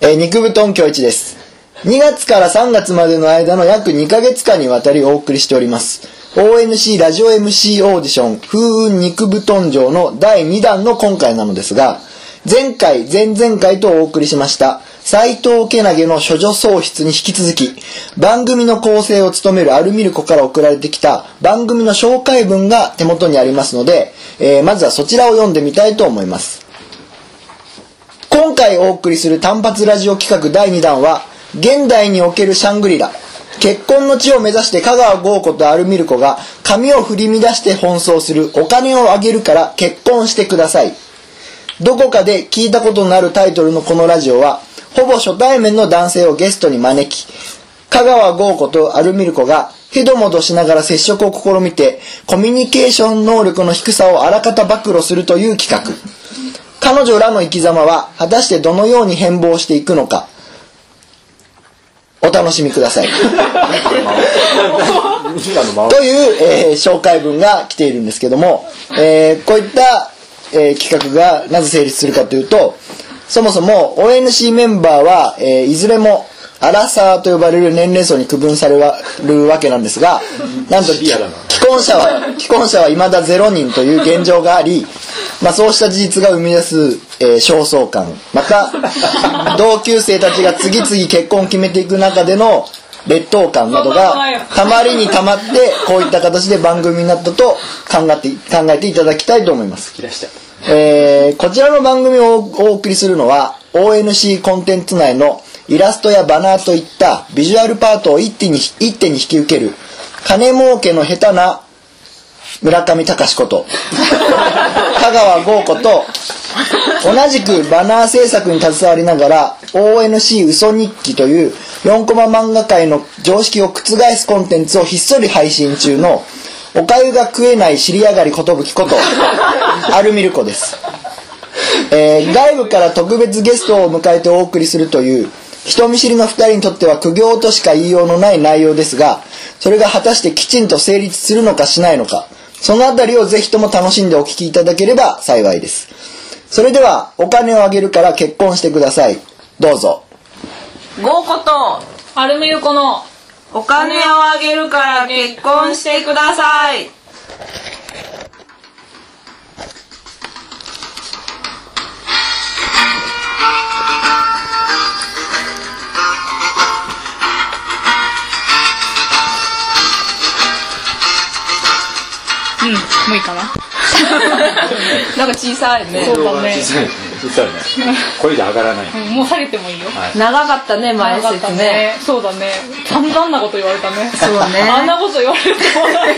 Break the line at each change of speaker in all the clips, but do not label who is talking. えー肉布団京一です。2月から3月までの間の約2ヶ月間にわたりお送りしております。ONC ラジオ MC オーディション風雲肉布団城の第2弾の今回なのですが、前回、前々回とお送りしました、斎藤けなげの処女喪失に引き続き、番組の構成を務めるアルミルコから送られてきた番組の紹介文が手元にありますので、えーまずはそちらを読んでみたいと思います。今回お送りする単発ラジオ企画第2弾は現代におけるシャングリラ結婚の地を目指して香川豪子とアルミルコが髪を振り乱して奔走するお金をあげるから結婚してくださいどこかで聞いたことのあるタイトルのこのラジオはほぼ初対面の男性をゲストに招き香川豪子とアルミルコがヘドモドしながら接触を試みてコミュニケーション能力の低さをあらかた暴露するという企画彼女らの生き様は果たしてどのように変貌していくのかお楽しみくださいという、えー紹介文が来ているんですけども、えーこういった、えー企画がなぜ成立するかというとそもそも ONC メンバーは、えーいずれもアラサーと呼ばれる年齢層に区分されるわけなんですがなんと既婚者は既婚者は未だ0人という現状があり、まあ、そうした事実が生み出す、えー焦燥感また同級生たちが次々結婚を決めていく中での劣等感などがたまりにたまってこういった形で番組になったと考えて考えていただきたいと思います
切らしちゃっ
えーこちらの番組をお送りするのは ONC コンテンツ内のイラストやバナーといったビジュアルパートを一手に一手に引き受ける金儲けの下手な村上隆子と香川豪子と同じくバナー制作に携わりながら ONC 嘘日記という4コマ漫画界の常識を覆すコンテンツをひっそり配信中のおかゆが食えない尻上がりことぶきことアルミルコです、えー外部から特別ゲストを迎えてお送りするという人見知りの2人にとっては苦行としか言いようのない内容ですがそれが果たしてきちんと成立するのかしないのかそのあたりをぜひとも楽しんでお聞きいただければ幸いですそれではお金をあげるから結婚してくださいどうぞ
豪子と
アルミルコの
お金をあげるから結婚してください
うんもういい かな
なんか小さいね
そうだね
た。言ったよね。声が上がらない。
うんもう下げてもいいよ
長かったね前
長かっ
説
た
ね
ねそうだねだんだんなこと言われたね
そうね
あんなこと言われると思わない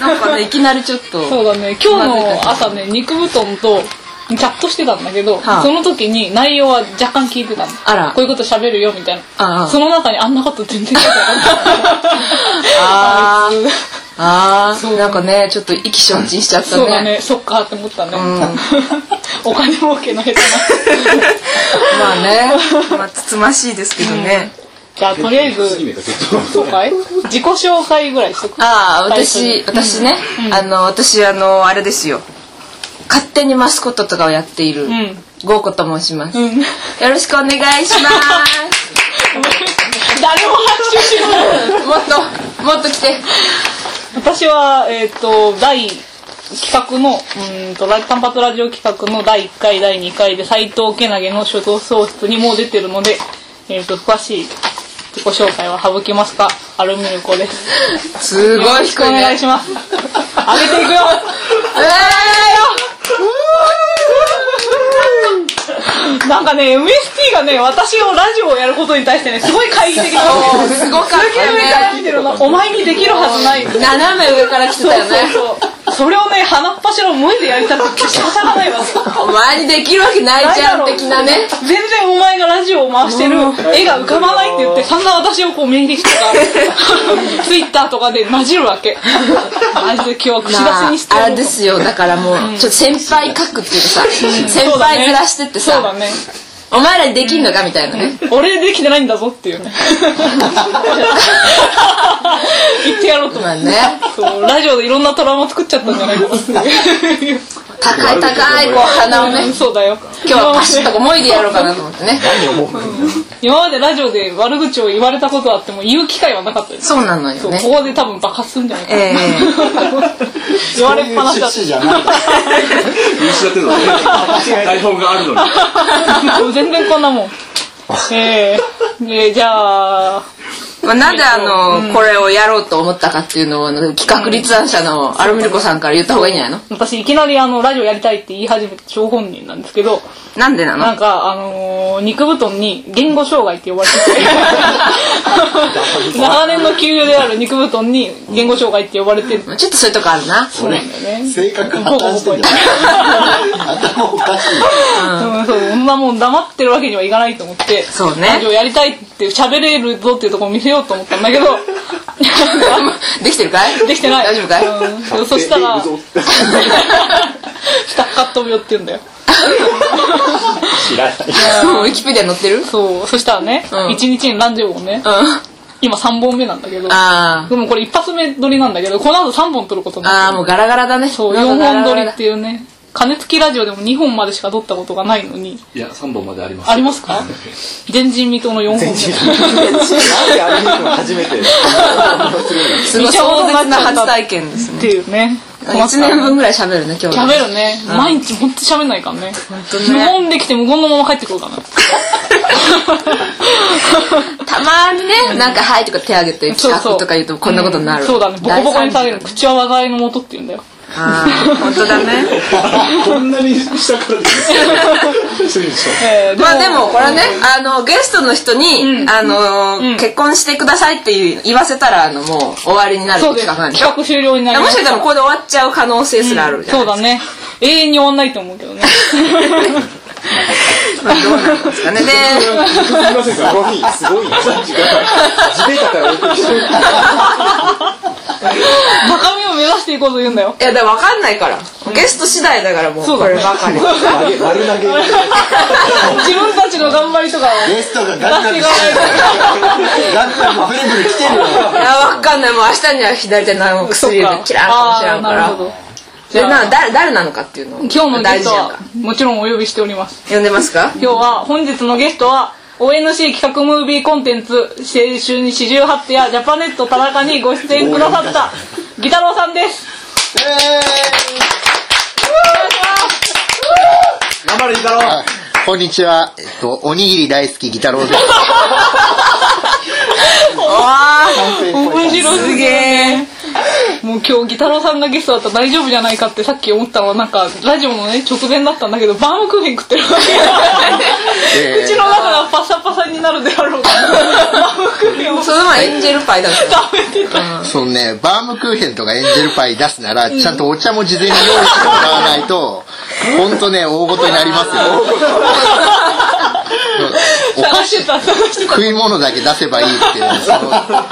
なんかねいきなりちょっと
そうだね今日の朝ね肉布団とチャットしてたんだけど、
はあ
その時に内容は若干聞いてたの
あら
こういうこと喋るよみたいな
ああ
その中にあんなこと全然出てなかった
あー
い
あ
そ
ー
う
なんかねちょっと意気消沈しちゃっ
つ
た
そうだ
ね
ねそっかーって思ったね、
ん
お金儲けの下手な
まあ ねまあつつましいですけどね、
じゃあとりあえず
次目が結構
そうかい自己紹介ぐらいしとく
ああ
最
私
初に
私ね、
うん
あの私あのあれですよ勝手にマスコットとかをやっている、
ん
ゴーコと申します、
うん
よろしくお願いし ます
誰も拍手しない
もっともっと来て
私はえっ、と第企画のうーんとラ単発ラジオ企画の第1回第2回で斎藤けなげの書道喪失にもう出てるので、えっと詳しい自己紹介は省きますかアルミルコです
す
よ
ご
ろ
い
し
低
くお
いね
願いします 上げていくよ
え
なんかね MST がね私をラジオをやることに対してねすごい懐疑的な
ー、すごかっ
すげえ上から
たね
見てるなお前にできるはずない
斜め上から来てたよね
そうそうそうそれをね鼻っ柱を胸でやりたくて仕方がないわ
お前にできるわけないじゃん的なね
全然お前がラジオを回してる絵が浮かばないって言って散々私をこう明撃とか ツイッターとかで混じるわけマジで今日は口出
ま
し
あ
にし、て
あ
やろ
れ
う
ですよだからもう、ちょっと先輩格っていうかさ先
そうだね
輩ずらしてって
そう
さ、
だね
お前らにできんのかみたいなね
俺できてないんだぞっていうね言ってやろうと思
ま
っ
あ
て
ね
そうラジオでいろんなトラウマ作っちゃったんじゃないかなっていう
考高い高いこう鼻をね
そうだよ
今日はパシッとこうもいでやろうかなと思ってね
今までラジオで悪口を言われたことあっても言う機会はなかったです
そうなのよ
そう
ね
ここで多分爆発するんじゃないかな、
ええ
言われっぱなしだっ
そういう趣旨じゃない
見失ってるのね台本があるのに
た 全然こん なもんええええじゃあ
まあ、なんであの、これをやろうと思ったかっていうのをあの企画立案者のアルミルコさんから言った方がいいんじゃないの
私いきなりあのラジオやりたいって言い始めた張本人なんですけど
なんでな
なん
の
か、あのー肉布団に言語障害って呼ば れてて、長年の休業である肉布団に言語障害って呼ばれてる。
ちょっとそういうとこあるな
そうなんだよね。
性格破綻してんじゃない頭おかしいよ
うん、そう、そんなもん黙ってるわけにはいかないと思って、
そうね
ラジオやりたいって喋れるぞっていうところを見せようと思ったんだけど、
できてるかい
できてない。
大丈夫かい、
うんそうそしたら、スタッカット病って言うんだよ。
知らない
ウィキペディア載ってるうん
そう、そしたらね、
うん
一日に何十本ね、
あ
今3本目なんだけど、
あ
でもこれ一発目撮りなんだけど、この後3本撮ることにな
ああ
ってる
もうガラガラだね
そう、
なん
4
かガラ
本
ガ
撮
ラ
り
だ
っていうね。金付きラジオでも2本までしか撮ったことがないのに。
いや3本まであります
ありますか前人未到の4本目。
なんであれ見るの初めて
すごい壮絶な初体験です
っ
ね
ていうね。困っ
1
た
年分ぐらい喋るね今日
喋るね。毎日ほんと喋んないからね。
当ね
無言できて無言のまま帰ってく るからね。
たまにねなんか「はい」とか手挙げて
そう
企
そう
画とか言うとこんなことになる、
うんそうだね。ボコボコにされる。
大惨事だね
口は災いのもとって言うんだよ。
ああ本当だ ね
こんなに下からでするでし
えー
まあでもこれねあのゲストの人に、あの
ん
結婚してくださいっていう言わせたらあのもう終わりになる
そうです。
企画なん
企
でしょ
画終了になり
も
ま
しかし
し
た
た
らここで終わっちゃう可能性すらあるじゃん、
そうだね。永遠に終わんないと思うけ どね。
どうなんですかねで
ょすいませんすごいすごい時間地べたからお送りしてる
バカ目を目指していこうと言うんだよ。
いや、でも分かんないから。ゲスト次第だからもう、
そうだ
こればかり。
丸投げ
自分たちの頑張りとかを
ゲストが
出
ガン
し
ガ
て
ン
いかないと。
ガンガンブルブル来てるよ
いや、分かんない。もう明日には左手の薬指切らんかもしらんか
あーなるほ
ら。
ど
で、な、誰、誰なのかっていうの
今日のゲ
大
ス
事
ト
や
は
か
もちろんお呼びしております
ら。呼んでますか
今日は本日のゲストは ONC 企画ムービーコンテンツ「青春48手」や「ジャパネット田中」にご出演くださ ったギタロウさんです
頑張れいかろう
あこんにちは。えっと、おにぎり大好きギタロウです。
わ
面白す
すげ
ぎ
え。
もう今日ギタロウさんがゲストだったら大丈夫じゃないかってさっき思ったのはなんかラジオのね直前だったんだけどバームクーヘン食ってるわけ口の中がパサパサになるであろ うからバームクーヘンを食
その前エンジェルパイだった。
べてた
そのね、バームクーヘンとかエンジェルパイ出すなら、ちゃんとお茶も事前に用意してもらわないと、ほんとね、大ごとになりますよ。 お
探
菓
して
子、
た探して
食い物だけ出せばいいっていう、その、ほん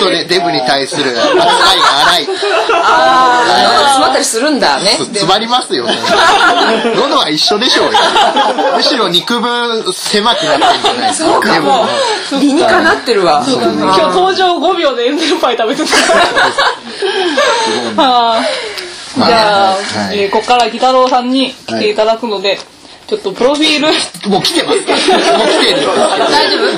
とね、デブに対する扱いが荒い。
喉が詰まったりするんだね
つ。詰まりますよ、そんな喉は一緒でしょうよ。むしろ肉分狭くなってるんじゃないですか。
そうか
デブ
も
の
う、理にかなってるわ。
た今日登場5秒でエンゼルパイ食べてたあーじゃあ、
はい
えーここからギタロウさんに来ていただくので、ちょっとプロフィール
もう来てます。もう来てるよ。
大丈夫
う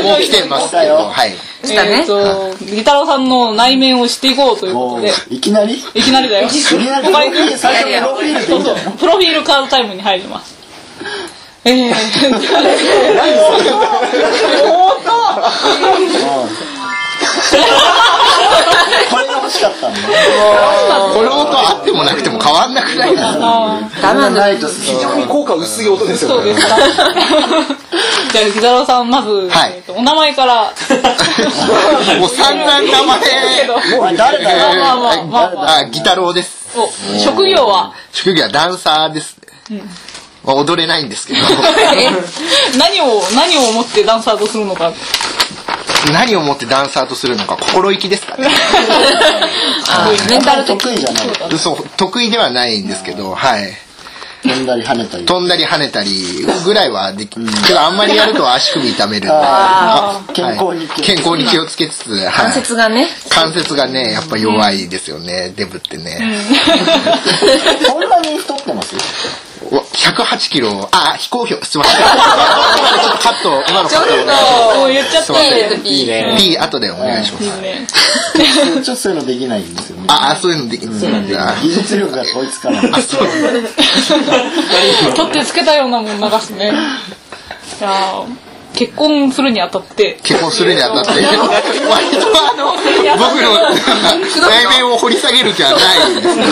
んもう来てますけど、はい。
来たね
えーとギタロウさんの内面を知っていこうという
も
こと
う
で
いきなり
いきなりだよ
とりあえず
お前行く
最初のロフィールでいいんじゃない
プロフィールカードタイムに入りますえー、
これが欲しかったんだ
この音あってもなくても変わんな くないですか
ダメなんだ。
ないとす
非常に効果薄い音です
そ
よ
うです かじゃあギタロウさんまず、
はい
えーとお名前から
もう散々名前。
おい誰だよ
まあまあまあまあ
あ、ギタロウです。
お職業は
職業はダンサーですね。まあ踊れないんですけど、
何を何を思ってダンサーとする のか
何をもってダンサーとするのか心意気ですかね。
あーメンタル的。
得意じゃない
そう、得意ではないんですけど、はい。
飛んだり跳ねたり。
飛んだり跳ねたりぐらいはでき、けどあんまりやると足首痛めるんで。
あ
はい
健康に気を
健康に気をつけつつ、はい
関節がね。
関節がね、やっぱ弱いですよね、デブってね。
そんなに太ってます
うわ108キロ、あ、非公表、すいません。ちょっとカット、今のカット
もう言っちゃった
そう
いい
です
いいね。P、後でお願いします。
ね。
ちょっとそういうのできないんですよね。
あ、あそういうのできるんだ。
技術力が追いつかない。
あ、そうなんだ。
取ってつけたようなもん流すね。いやー結婚するにあた って、
結婚するにあたって、割とあの、僕の内面を掘り下げる気はないですね。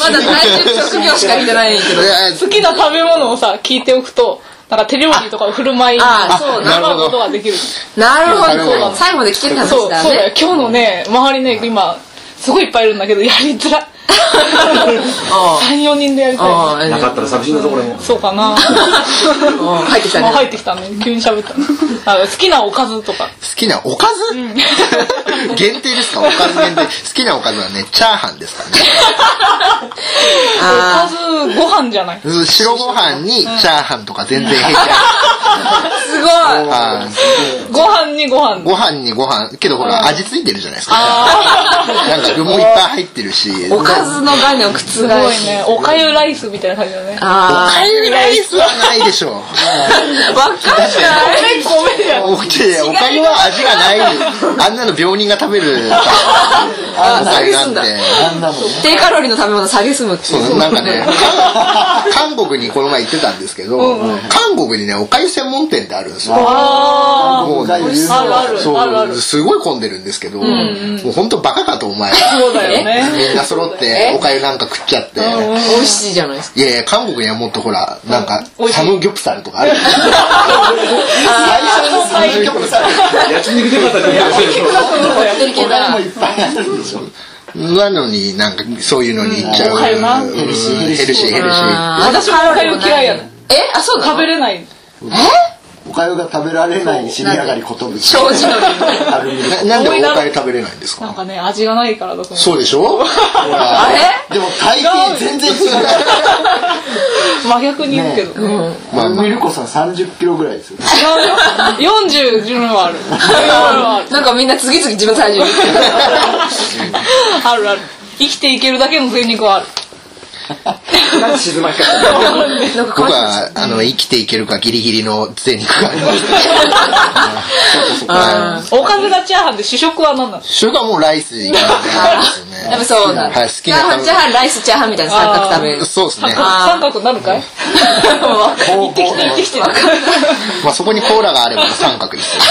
まだ大丈夫職業しか聞いてないけど。
好きな食べ物をさ、聞いておくと、なんか手料理とか振る舞いに
ああそう
な
習
るほ
う
ど
ことができる。
なる
なるほ
ほ
ど
ど。最後まで聞けたんです
そう、そう
だ
だよ
ね。。
今日のね、周りね、今、すごいいっぱいいるんだけど、やり づらい。3、4人でや りた
あ
なかったら寂しいんだぞ、これも
い。。そうかな。
あ、入ってきた
もう
ね。
入ってきたね。急に喋ったね。あ 好きなおかずとか。
好きなおかず、限定ですかおかず限定。好きなおかずはね、チャーハンですかね。
おかず、ご飯じゃない。
白ご飯にチャーハンとか全然 平気。
すごい。
あー
ご飯にご飯。
ご飯にご飯、けどほら、味ついてるじゃないですか。 なんか具もいっぱい入ってるし。
おかずの概念を覆す。
すごいね。おかゆライスみたいな感じだね。
お
あ
かゆライスはないでしょう。
あ、わかんない。
ごめんや。
おおかゆは味がない。あんなの病人が食べる。おかゆなんて。
あんなのね。
低カロリーの食べ物下げすむって
そ
いうう。
なんかね、韓国にこの前行ってたんですけど、韓国にね、おかゆ専門店ってあるんですよ。
あ
もうね
ある
あるある
そう
あるある
すごい混んでるんですけど、もう本当バカかとお前。
あ、そうだよね。
みんな揃っておかゆなんか食っちゃって。
美味しいじゃないですか。
いやいや、韓国にはもっとほら、なんか
美、味しい
サムギョプサルとかある。
最初の最さ、
焼肉でよかったじゃん。
やってるけど、
もいっぱいあるでしょ。
なのになんか、そういうのに行っちゃう。
おかゆな
うん
ヘルシー
ヘルシー、ヘルシー。
あー
私もおかゆ嫌いやね。
えあ、そうな
食
の
べれない。
おかゆが食べられない尻上がりことぶち。
障子のり。
アルミ
ななんでおかゆ食べれないんです
な
か
んかね、味がないからだと思う。
そうでしょほら
あれ
でも大抵全然違う。
真逆に言うけど。違うよ。
まあまあ
ミルコさん30キロぐらいですよ。
40自分はある。
なんかみんな次々自分最初に
あるある。生きていけるだけの贅肉はある。
なんで静まりかったの
なんか変わ
僕
ってます
は、あの、生きていけるかギリギリの贅肉があります。
あ
おかずがチャーハンで主食は何なの
それがもうライス以外なんですよね
ーやっぱそうなんだ。
はい、好き
チャーハン、チャー
な
ハン、ライス、チャーハンみたいな三角食べる
食べ。そうですね。
三角になるかい
わかんない
高校
生きてる。
まあそこにコーラがあれば三角ですよ。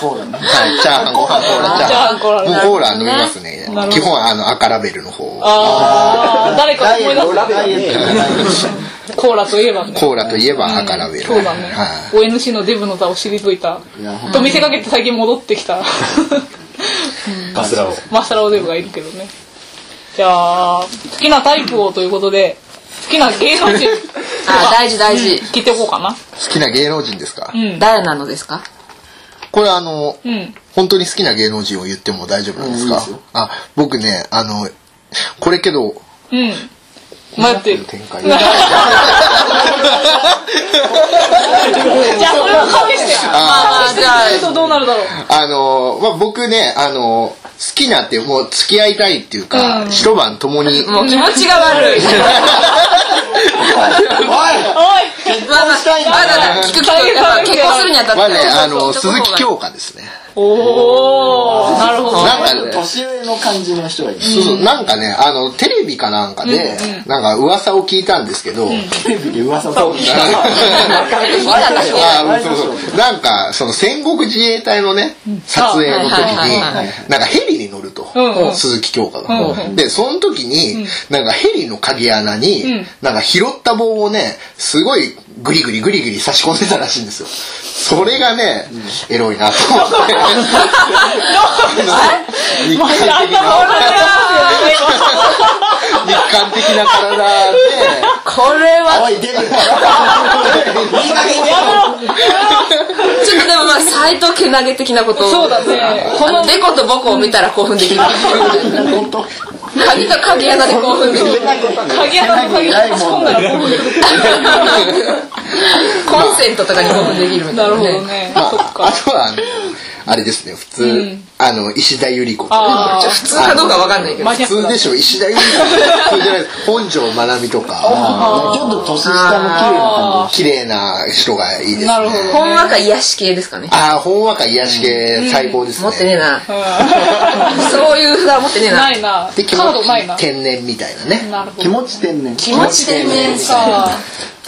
こうだね。
はい、チャーハン、ご飯、コーラ、チャーハン。
チャーハンコーラ
もうコーラ飲みますね
ほど。
基本はあの赤ラベルの方を。
ああ、誰か
ダイ
思
エ
い
ット、
出
ダイエッ
す。コーラといえばね。
コーラといえば赤ラベル。
そうだね
は。
ONC のデブの座を退いた。
ト。いや、ほん
と見せかけて最近戻ってき た。
カスラを。
マスラオデブがいるけどね。じゃあ、好きな体育をということで、好きな芸能人
あー、大事、大事。
聞いておこうかな。
い。好きな芸能人ですか
うん。
誰なのですか
これあの、
うん。
本当に好きな芸能人を言っても大丈夫なんですかあ、僕ね、あの、これけど、
うん。待ってる。
展開。
じゃあ、それを加味して。
あ
あー、じゃあ
えっと、どうなるだろう。
あの、まあ、僕ね、あの、好きなってもう付き合いたいっていうか、一晩共に、
もう気持ちが悪い。
お
まだまだだ、聞く聞く。やっぱ結婚するにあたって
はね、あの、
そうそう
鈴木京香ですね。
いおー、なるほど。
なんか
と
ね、
年上の感じの人がいる。
そうそうなんかね、あの、テレビかなんかで、なんか噂を聞いたんですけど、
テレビで噂を聞いた。
あそうそうなんか、その戦国自衛隊のね、撮影の時
はいはい
に
は、
なんかヘリに乗ると
うんう、ん
鈴木京香が。で、その時に、なんかヘリの鍵穴に、なんか拾った棒をね、すごいグリグリグリグリ差し込んでたらしいんですよ。それがね、エロいなと思って。あの日韓的な、日韓的な体で、
これは、
おい、出てる。いい加減にや
ちょっとでもまあ、斎藤けなげ的なこと。
そうだね。
このデコとボコを見たら興奮できる。
めろ。本当。
鍵と鍵穴で興奮する。
鍵穴の鍵に差し込んだらこう
コンセントとかに興奮できるみた
ない
な
るほど
ね。
ね。
まあ
そっ
あ
か。
とはあのあれですね普通、あの石田ゆり子とか
あ
ちょ普通かどうかわかんないけど
マ。ニア
普
ック
通
だ
で。しょ石田ゆり子普通じゃないです本上まなみとか
あちょっと年下の綺麗な感
綺麗な人がいいですね
なるほどね。
ほんわか癒し系ですかね。
ああほんわか癒し系最高ですね、
持ってねえな。
うん
そういう札持ってねえな
な。いな。
で気
カードない
持
な
ち。天然みたいなね
なる
じ
ほ
気
ど。
持ち天然
気持ちでね。
さ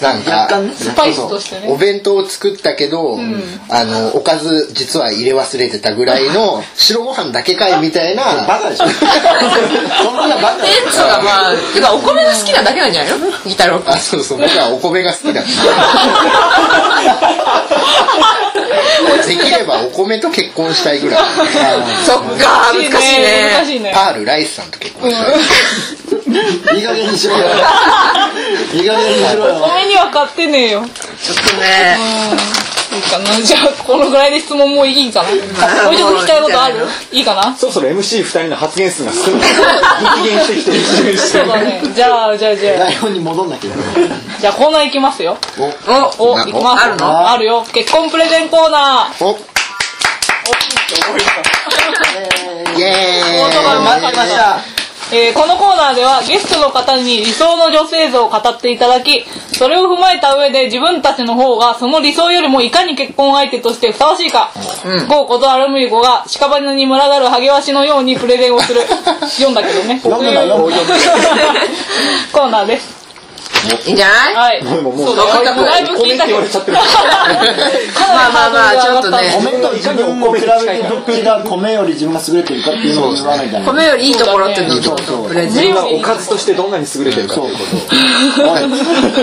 なんか
若干ね
スパイスとして
お
ね。
弁当を作ったけど、あのおかず実は入れ忘れてたぐらいの白ご飯だけかいみたいな
バカでしょそんなバカ
店長がまあ、てかお米が好きなだけなんじゃないのギタロウ君
あそうそう僕はお米が好 きだからできればお米と結婚した いぐらい
そっか、難しい
難
ね。
しいね。
パールライスさんと結婚したい
いい加減にしろよいい加減にしろよ
お米には買ってねえよ。
ちょっとね。
いいかな。じゃあ、このぐらいで質問もういいかな。もう一つ聞きたいことあるいいかな
そろそろ MC2 人の発言数が少ない激減してきてる
そうだね。じゃあ、じゃあ、じゃ
台本に戻んなきゃ
あ。じゃあ、コーナーいきますよ。
お、
お、
ない
きます。
あるの
あるよ。結婚プレゼンコーナー。
お
待っ
イエーイ
てました
えーこのコーナーではゲストの方に理想の女性像を語っていただき、それを踏まえた上で自分たちの方がその理想よりもいかに結婚相手としてふさわしいか、某ことアルミ子が屍に群がるハゲワシのようにプレゼンを する、読んだけどね。
読むな 読むな
コーナーです。
いいんじゃない
はい。
もうもう
そうだ
もう
だいぶ
コ
聞
メン
い
ト
た
言
けど
わ。れちゃ ってる
まあまあまあ、ちょっと
コ
ね。
メントを自分を比べてどっちが米より自分が優れてるかっていうのを言わなきゃいけない
米よりいいところっていうのをちょっとプレゼン。
自分がおかずとしてどんなに優れてるかっていうこと
お前のお前のお前の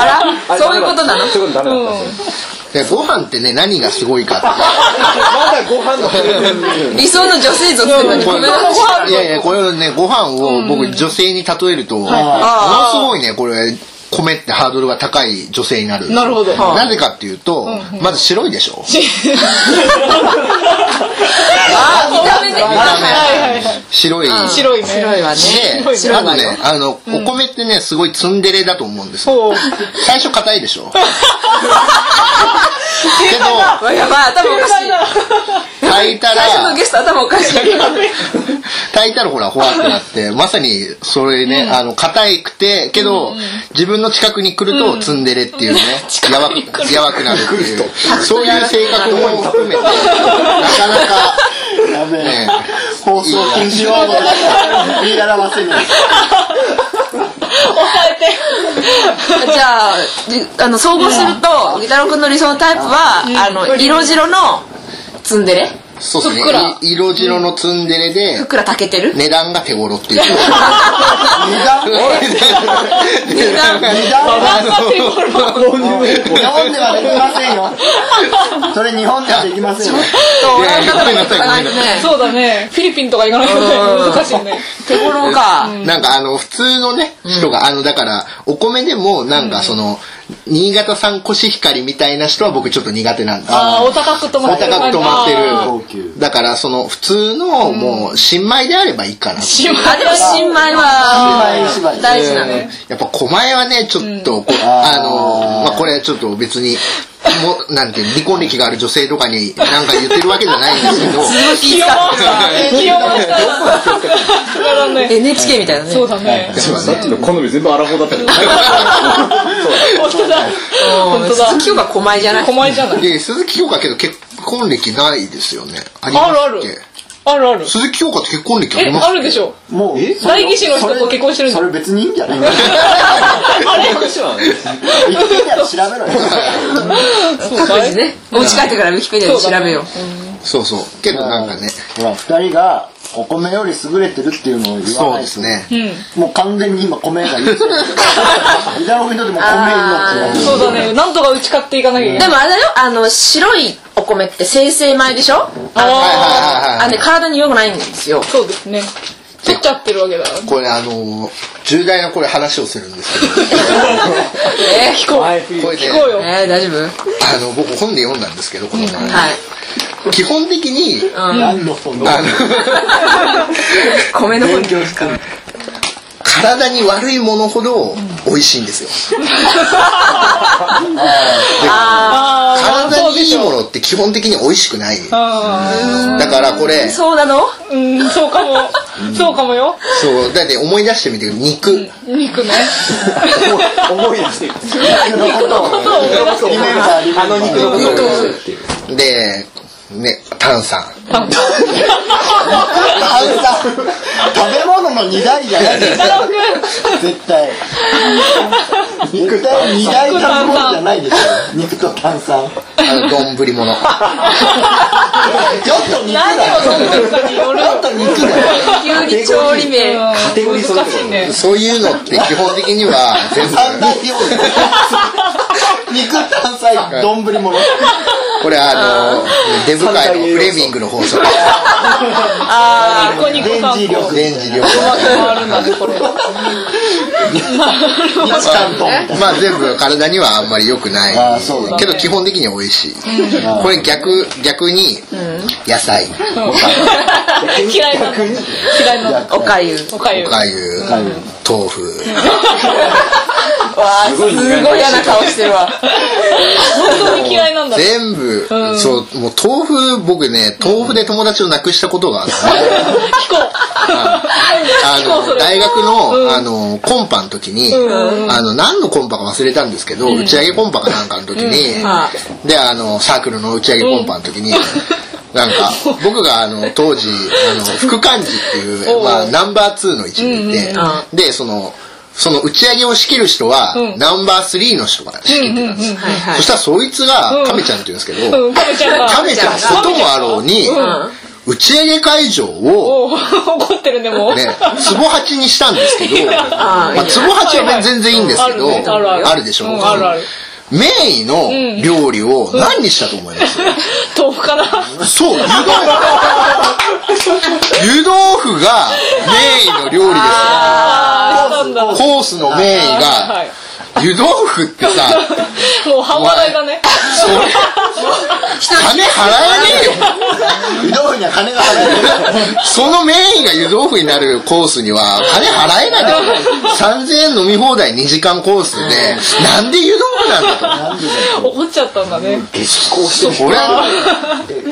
あらそういうことなの
そういうことダメだったんですよ
でご飯ってね何がすごいかって
まだご飯のプレゼン
理想の女性像っていうのに米の話があ
い
る
やいや、これね、ご飯を僕女性に例えると、ものすごいね、これ、米ってハードルが高い女性になる。
なるほど
なぜかっていうと、まず白いでしょ
あー、見た目で。
見
あ
た
はい
目白い。で、
白いね。
白 いわね。
あとね、あの、お米ってね、すごいツンデレだと思うんですよ
そう。
最初硬いでしょけど、
わやばい、頭おかしい。
炊いたら、
最初のゲスト頭おかしい。
炊いたらほら、ほわってなって、まさに、それね、あの、硬くて、けど、自分の近くに来ると、ツンデレっていうね、やばく、やばくなるっていう、そういう性格も含めて、なかなか、
やべえ
ね、
放送禁止用語で言い表 せない
じゃあ、りあの、総合すると、ギタロウ君の理想のタイプは、あの、色白のツンデレ
そうです
ふっくら
ね、い色白のツンデレ
ふっ
で、
くら炊けてる
値段が手頃っていう。
値段
値
頑張ってよ
日本ではできませんよそれ日本ではできませんよ
と、
いや
親方
ごめん
が
な
聞
さい
かないとね。
そうだね。フィリピンとか行かないとね難しいね。
手頃か。
なんかあの、普通のね、人が、あの、だから、お米でも、なんかその、新潟産コシヒカリみたいな人は僕ちょっと苦手なんです。
ああ、お高く止ま
お
ってる。
高く止まって
あ
高級
る。だから、その、普通の、もう、新米であればいいかな。
あれは新米
新
は、
米芝居
大事なのよ。
やっぱ、狛江はね、ちょっと、こうあの、まあ、これちょっと別に、もう、なんていうの、離婚歴がある女性とかになんか言ってるわけじゃないんですけど、
すごい気遣
ー清
っ
回した。清回した。それだね
て。NHK みたいなね。
そうだね。
さっきの好み全部アラフォーだったけど
本当だ。
うん
本当だ。
鈴木京が狛江じゃない。
狛江じゃない。
で、鈴木京香けど結婚歴ないですよね。あり
あるあ
ますっ
る
け。
あるある。
鈴木京香って結婚歴あ
え、
ります
あるでしょ。
もう
代議士の人と結婚してるんじゃ
そ
ん。
れ別にいいんじゃない
あれ
言ってたら調べろ よ
そう
各
かい
自ね。お家帰ってからウィキペディアで調べよう。
そうそう。けどなんかね、
ほら二人がお米より優れてるっていうのを言わ
そう
ない
で
と
すね。
もう完全に今米がいい ってる伊沢君にとっても米になってる
そうだね。なんとか打ち勝っていかなきゃいけな
で
い。
もあれだよ、あの、白いお米って精製米でしょあの、
はいはいはいはい
あのね体に良くないんですよ。
そうですね。取っちゃってるわけだ。
これあのー、重大なこれ話をするんです
えー、聞こ
前
けど、これね
聞こう
え
よ。
ー、大丈夫
あの、僕本で読んだんですけど、この前
はい。
基本的に、あ
何の本の
の、
米の本
勉強したの
体に悪いものほど美味しいんですよ。
あーまあ、
体
そう
に
で
い
し
い
ょ。
ものって基本的に美味しくない。だ
あ
からこれ、
そうなの
ーうん、そうか も。そうかもよ。
そう、だって思い出してみて、肉。
肉ね。
思い出してる
肉のことを
そう、俺だって
リメンバーリメンバー
あの肉のことを思い出してるっていう
で、ね、炭酸。
あのさ食べ物の二大じゃない
太郎く
絶対絶対二大なものじゃないでしょ肉と炭酸ちょっ
あの、丼物。
と
ん、
肉だ
何を
よ
どんどんかによる
ちょっと肉だよ
急に調理名
カテゴリーそれ
難
ぞ
し
れ
いね。
そういうのって基本的には、全部、
三大料理肉炭酸丼物
これあの、デブ界のフレミングの法則。
あー、ここにこ
電磁力
電磁力。
うまく回るんだね、これ。
肉炭丼みたい
まあ全部体にはあんまり良くない
あーそうだね
けど基本的には美味しい、これ逆逆に野菜、
嫌いな。嫌いな。
おかゆ
おかゆ
お。かゆ、豆腐、
わあすごい嫌な顔してるわ
本当に嫌いなんだ。
全部、そうもう豆腐僕ね豆腐で友達を亡くしたことがあって、
聞こ
あ
そうそ
の
れ
大学の,、あのコンパの時に、あの何のコンパか忘れたんですけど、打ち上げコンパかなんかの時に、
あ
であのサークルの打ち上げコンパの時に、なんか僕があの当時あの副幹事っていう、まあ、ナンバー2の位置にいて、でそのその打ち上げを仕切る人は、ナンバー3の人が仕切ってたんです、
はいは
そしたらそいつが亀ちゃんって言うんですけど、
う。うん、食べちゃうか。
亀ちゃんこともあろうに、打ち上げ会場を、
おー怒ってるね、もう。
ね、つぼ八にしたんですけ ど、まあ、つぼ八はね全然いいんですけど、
あるある
あるでしょ、
うんあるある
メインの料理を何にしたと思います、
豆腐かな
そう、湯 豆腐。湯豆腐がメインの料理です
あー、なんだ。
よ。コースのメイン
は
が、
い。
湯豆腐ってさ、
もう半端ないだね。
それ、金払えねえよ。
湯豆腐には金が払える
そのメインが湯豆腐になるコースには金払えないだろ。3000円飲み放題2時間コースで、なんで湯豆腐なんだ
怒っちゃったんだね。
激高し
と。それ
て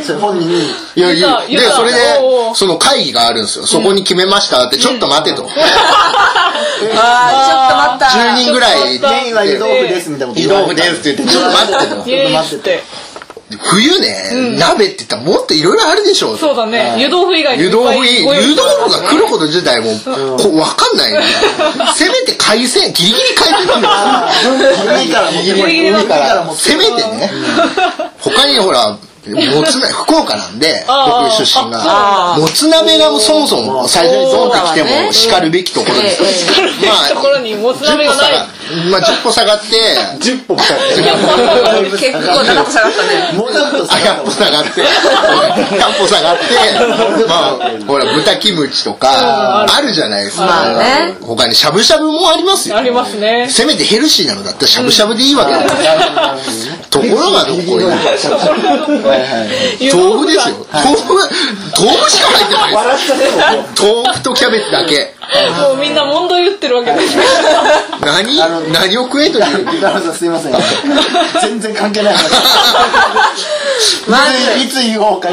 それ本人に
いやい
言った
や、
言
で、
った
それで
おうお、う
その会議があるんですよ。そこに決めましたって、ちょっと待てと。
あーちょっと
10
待っ
人ぐらい、
メインは湯豆腐ですみたいなこと
湯豆腐ですって言って、ちょっと待ってと。
イエーイっつって。
冬ね、鍋って言ったらもっといろいろあるでしょ。
そうだね。湯豆腐以外にい
湯
っぱい
豆腐いい、
ご用意
湯豆腐が来ること自体も、こうわかんないよね。 せめて海鮮、ギリギリ海鮮なんだよ。
海から持ってこい海から持って
せめてね、他にほら、も つ鍋、福岡なんで、
あー
僕出身
あ
が。もつ鍋がそもそも最初にドンってきて
そうだね
も叱るべきところですよ
ええ叱
まあ
ところにもつ鍋がない。
10歩下がまあ、10歩下がって、
10歩かかって
た結構長く下がった ね
もうちょっと
あ、100歩下 がって、100歩下がって、まあ、ほら、豚キムチとか、あるじゃないです
まあね
か。他にしゃぶしゃぶもありますよ。
ありますね。
せめてヘルシーなのだったらしゃぶしゃぶでいいわけだから。ところがどこよ。
湯
豆腐
が
ですよ。豆腐、豆腐しか入ってないです。
笑っちゃっても
豆腐とキャベツだけ。
もうみんな問答言って るわけですね。
何何を食えという。
歌丸さんすい ません全然関係ない話
ま
いついつ言おうかい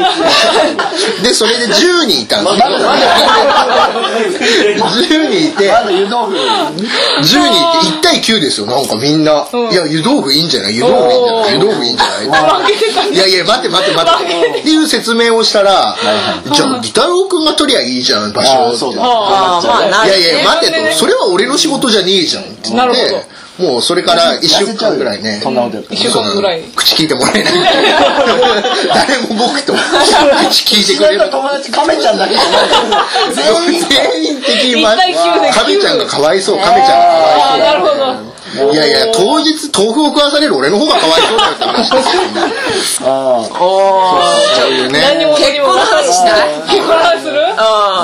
つ
で、それで10人いたんですよ。10人いて、
まだ湯豆腐
10人いて1対9ですよ。なんかみんな。いや、湯豆腐いいんじゃない湯豆腐いいんじゃない湯豆腐いいんじゃない
負 けてた
いやいや、待って待って待って。っていう説明をしたら、じゃあ、ギタロウくんが取りゃいいじゃん、場所
あ
を。
そうだ
あーまあないい
やいや、待
ね
てと、それは俺の仕事じゃねえじゃんって言
なる
っ
ほ
て、もうそれから1週間ぐらいね、
そんなことやった
一週間ぐらい。
口聞いて もらえない。誰も僕と口聞いてくれる。
友達亀ちゃんだけじゃない全員
全員的に、
一対九で九
亀ちゃんがかわいそう、亀ちゃんがかわい
ああ、なるほど。
そう。いやいや、当日豆腐を食わされる俺の方がかわいそうだよって話ですよ。
ああ
そういうね。
何も
結婚の話しない
結婚の話する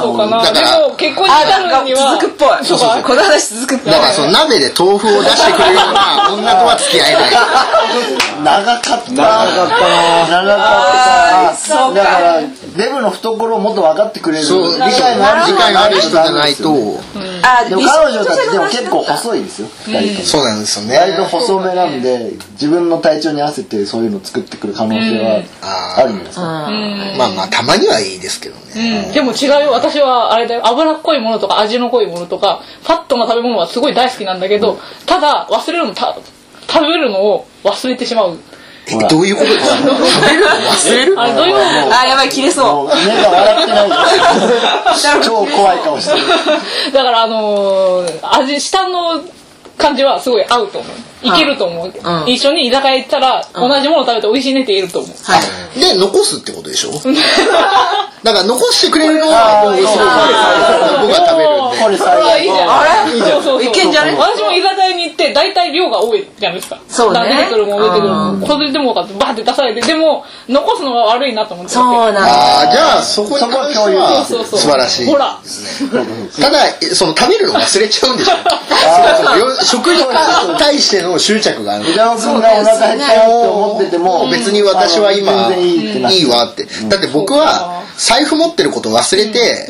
そうかな。
だから
でも結結婚に
あ、
至
な
る
ん
に
か
は。
続くっぽい。
そうか。
この話続くっぽい
だ。からその鍋で豆腐を出してくれるような女とは付き合えない。
長かった長かったな長かった
そう
だか
か。
らデブの懐をもっと分かってくれる
そう、理
理解
解
の
の
あ
あ
る
る
人
理解のある人じゃないと、
あ、
でも
理想
彼女たちでも
女性
結
の
構
話だった
細いですよ2人とも
そうなんですよね。
割と細めなんで自分の体調に合わせてそういうの作ってくる可能性は
あ
あるんですか
ーまあまあ、たまにはいいですけどね。
うん、でも違うよ私はあれだよ脂っこいものとか味の濃いものとかファットな食べ物はすごい大好きなんだけど、ただ忘れるのた食べるのを忘れてし まう
え、どういうことですか
あれどういうこと
あ、やばい、切れ
も
そう
目が笑ってないです 超怖い顔してる
だからあのー味下の感じはすごい合うと思ういけると思う、
ん
一緒に居酒屋行ったら同じもの食べて美味しいねって言えると思う、
う。はい。
で、残すってことでし ょだから残してくれるのは、僕は食べるんで。
これ最
あいいじゃん
悪
あれ
そうそうそう
いけんじゃね
私も居酒屋に行って大体量が多いじゃないですか
そうね
だから出てくるもん出てくるも
うん
これでもかってバーって出されてでも残すのは悪いなと思って
そうなんだ。
ああ、じゃあ、そこに関しては、
そうそう
素晴らしい。
ほら
ただ、えその食べるの忘れちゃうんで しょよ食に対しての執着がある。
藤山君がお腹減ったよって思ってても
別に私は今
あの全然いいってなっ
いいわってだって僕は財布持ってること忘れて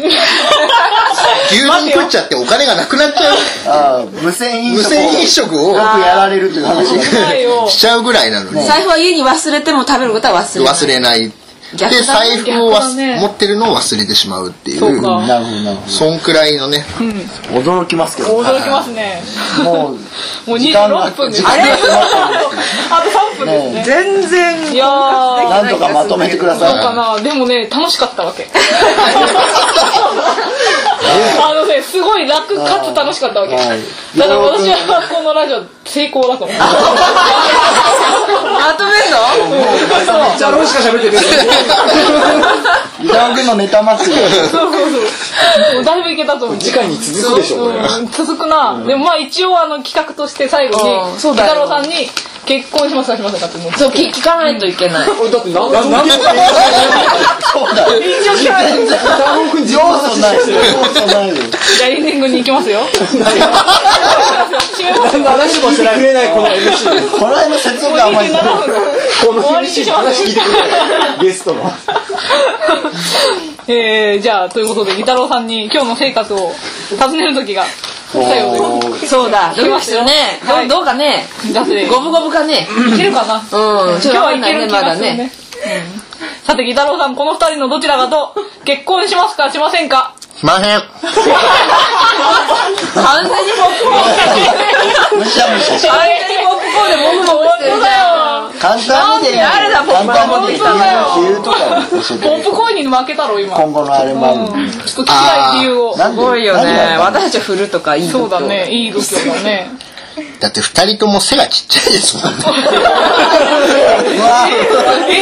牛丼食っちゃってお金がなくなっちゃう
あー無線飲
無
食を
銭飲
よ
食を
くやられるという話
ないよ
しちゃうぐらいなのに
財布は家に忘れても食べることは忘れない。
忘れないで
逆だ
財布を
逆
わ
だね
持ってるのを忘れてしまうってい
そう
う
か
なるほどなるほ
そんくらいのね
ど驚きますけど
驚きますね
もう
もう
時間が
26分です
時間が
あれあと3分ですね
全然
いやー
なんとかまとめてくだ
そう
さ
かな、でもね、楽しかったわけ。あのね、すごい楽かつ楽しかったわけ。
はい
だから私はこのラジオ成功だと思う。
まとめんの
めっちゃロしか喋って
い
る。
伊沢君のネタ祭り
そうそうそう。もうだいぶいけたと思う。
次回に続くでしょ、これ。
うん続くな。でもまあ一応あの企画として最後
うん
に、
そう
北
だよ
太郎さんに結婚しますかしますかって思って。
そう、聞聞かないといけない。
俺だってな、な、なんで、
そうだ
ダン君
要素ない要素ないよ
じゃあエンディングに行きますよ。 締めますよ。
話もしてくれない、この MC。
この辺の説明
もう
が甘いです
27分。
こ の
終わりにし
MC
ましょう
話聞いてくれない。ゲストの。
えー、じゃあということでギタロウさんに今日の生活を尋ねる時が来たようで
そうだ。どうするね。
は
どう
い
どうかね。
す。だって
五分五分かね。
いけるかな。
うん。ちょ
今
っとわか
日は
ん
い
な
け
いね、
る気
ま
が
だ
するね
ね。。
さてギタロウさんこの二人のどちらかと結婚しますかしませんか。
すいません
完全にポップコ
むしゃむしゃし
ーン。完全にポップコーンでもぐもぐしてるじゃん。
簡単にで
なんであれだポッ
簡
プ
単
コーン
にで言える理由とか教え
ポッ
て
プコーンに負けたろ今。ちょっ
今後のあれもあるんで
と聞きたい理由を。
な
す
んで
ごいよ
な
ね。
んで
私たちは振るとかいい
そうだねいい度胸だね。
だって二人とも背がちっちゃいですもんね
うわ
え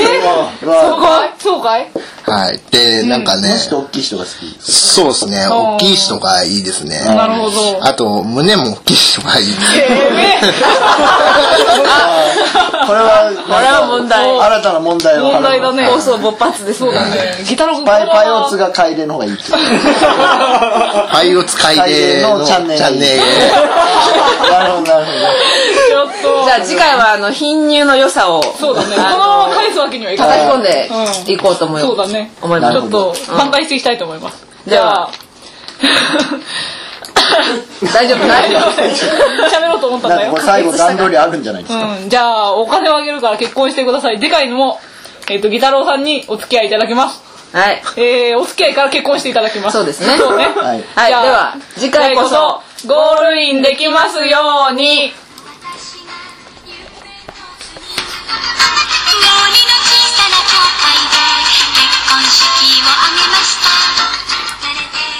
うわ
そうかいそうかい。
はいでなんかね
もしと大きい人が好き
そうですね大きい人がいいですね
なるほど。
あと胸も大きい人がいいです
ええ
これはこ
これは問題
新たな問題を
問題だね。
放送勃発です
そうだね。ギタロウ君
パイパイオツ
が。
が楓の方がいいっていう
パイオツ海底のチ
チ
ャ
ャ
ン
ン
ネ
ネ
ル
ルなるほどなるほ
ちょっと。
じゃあ次回はあの貧乳の良さを
そうだね。このまま返すわけにはいかない。
叩き込んでいこうと思い
そう
ま
だ
す。
ね。
思います
ちょっと挽回していきたいと思います。じゃあ。
大丈夫 大丈夫。
喋ろうと思ったん
どな
だ
んか
よ
これ。最後段取りあるんじゃないですか
うん。じゃあ、お金をあげるから結婚してください。でかいのも、えっ、と、ギタロウさんにお付き合いいただきます。
はい。
えー、お付き合いから結婚していただきます。
そうですね
そうね。
はい
じ
はい。で
ゃあ
は、次回こそ。、
ゴールインできますように。
氷の小さな教会で結婚式を挙げました。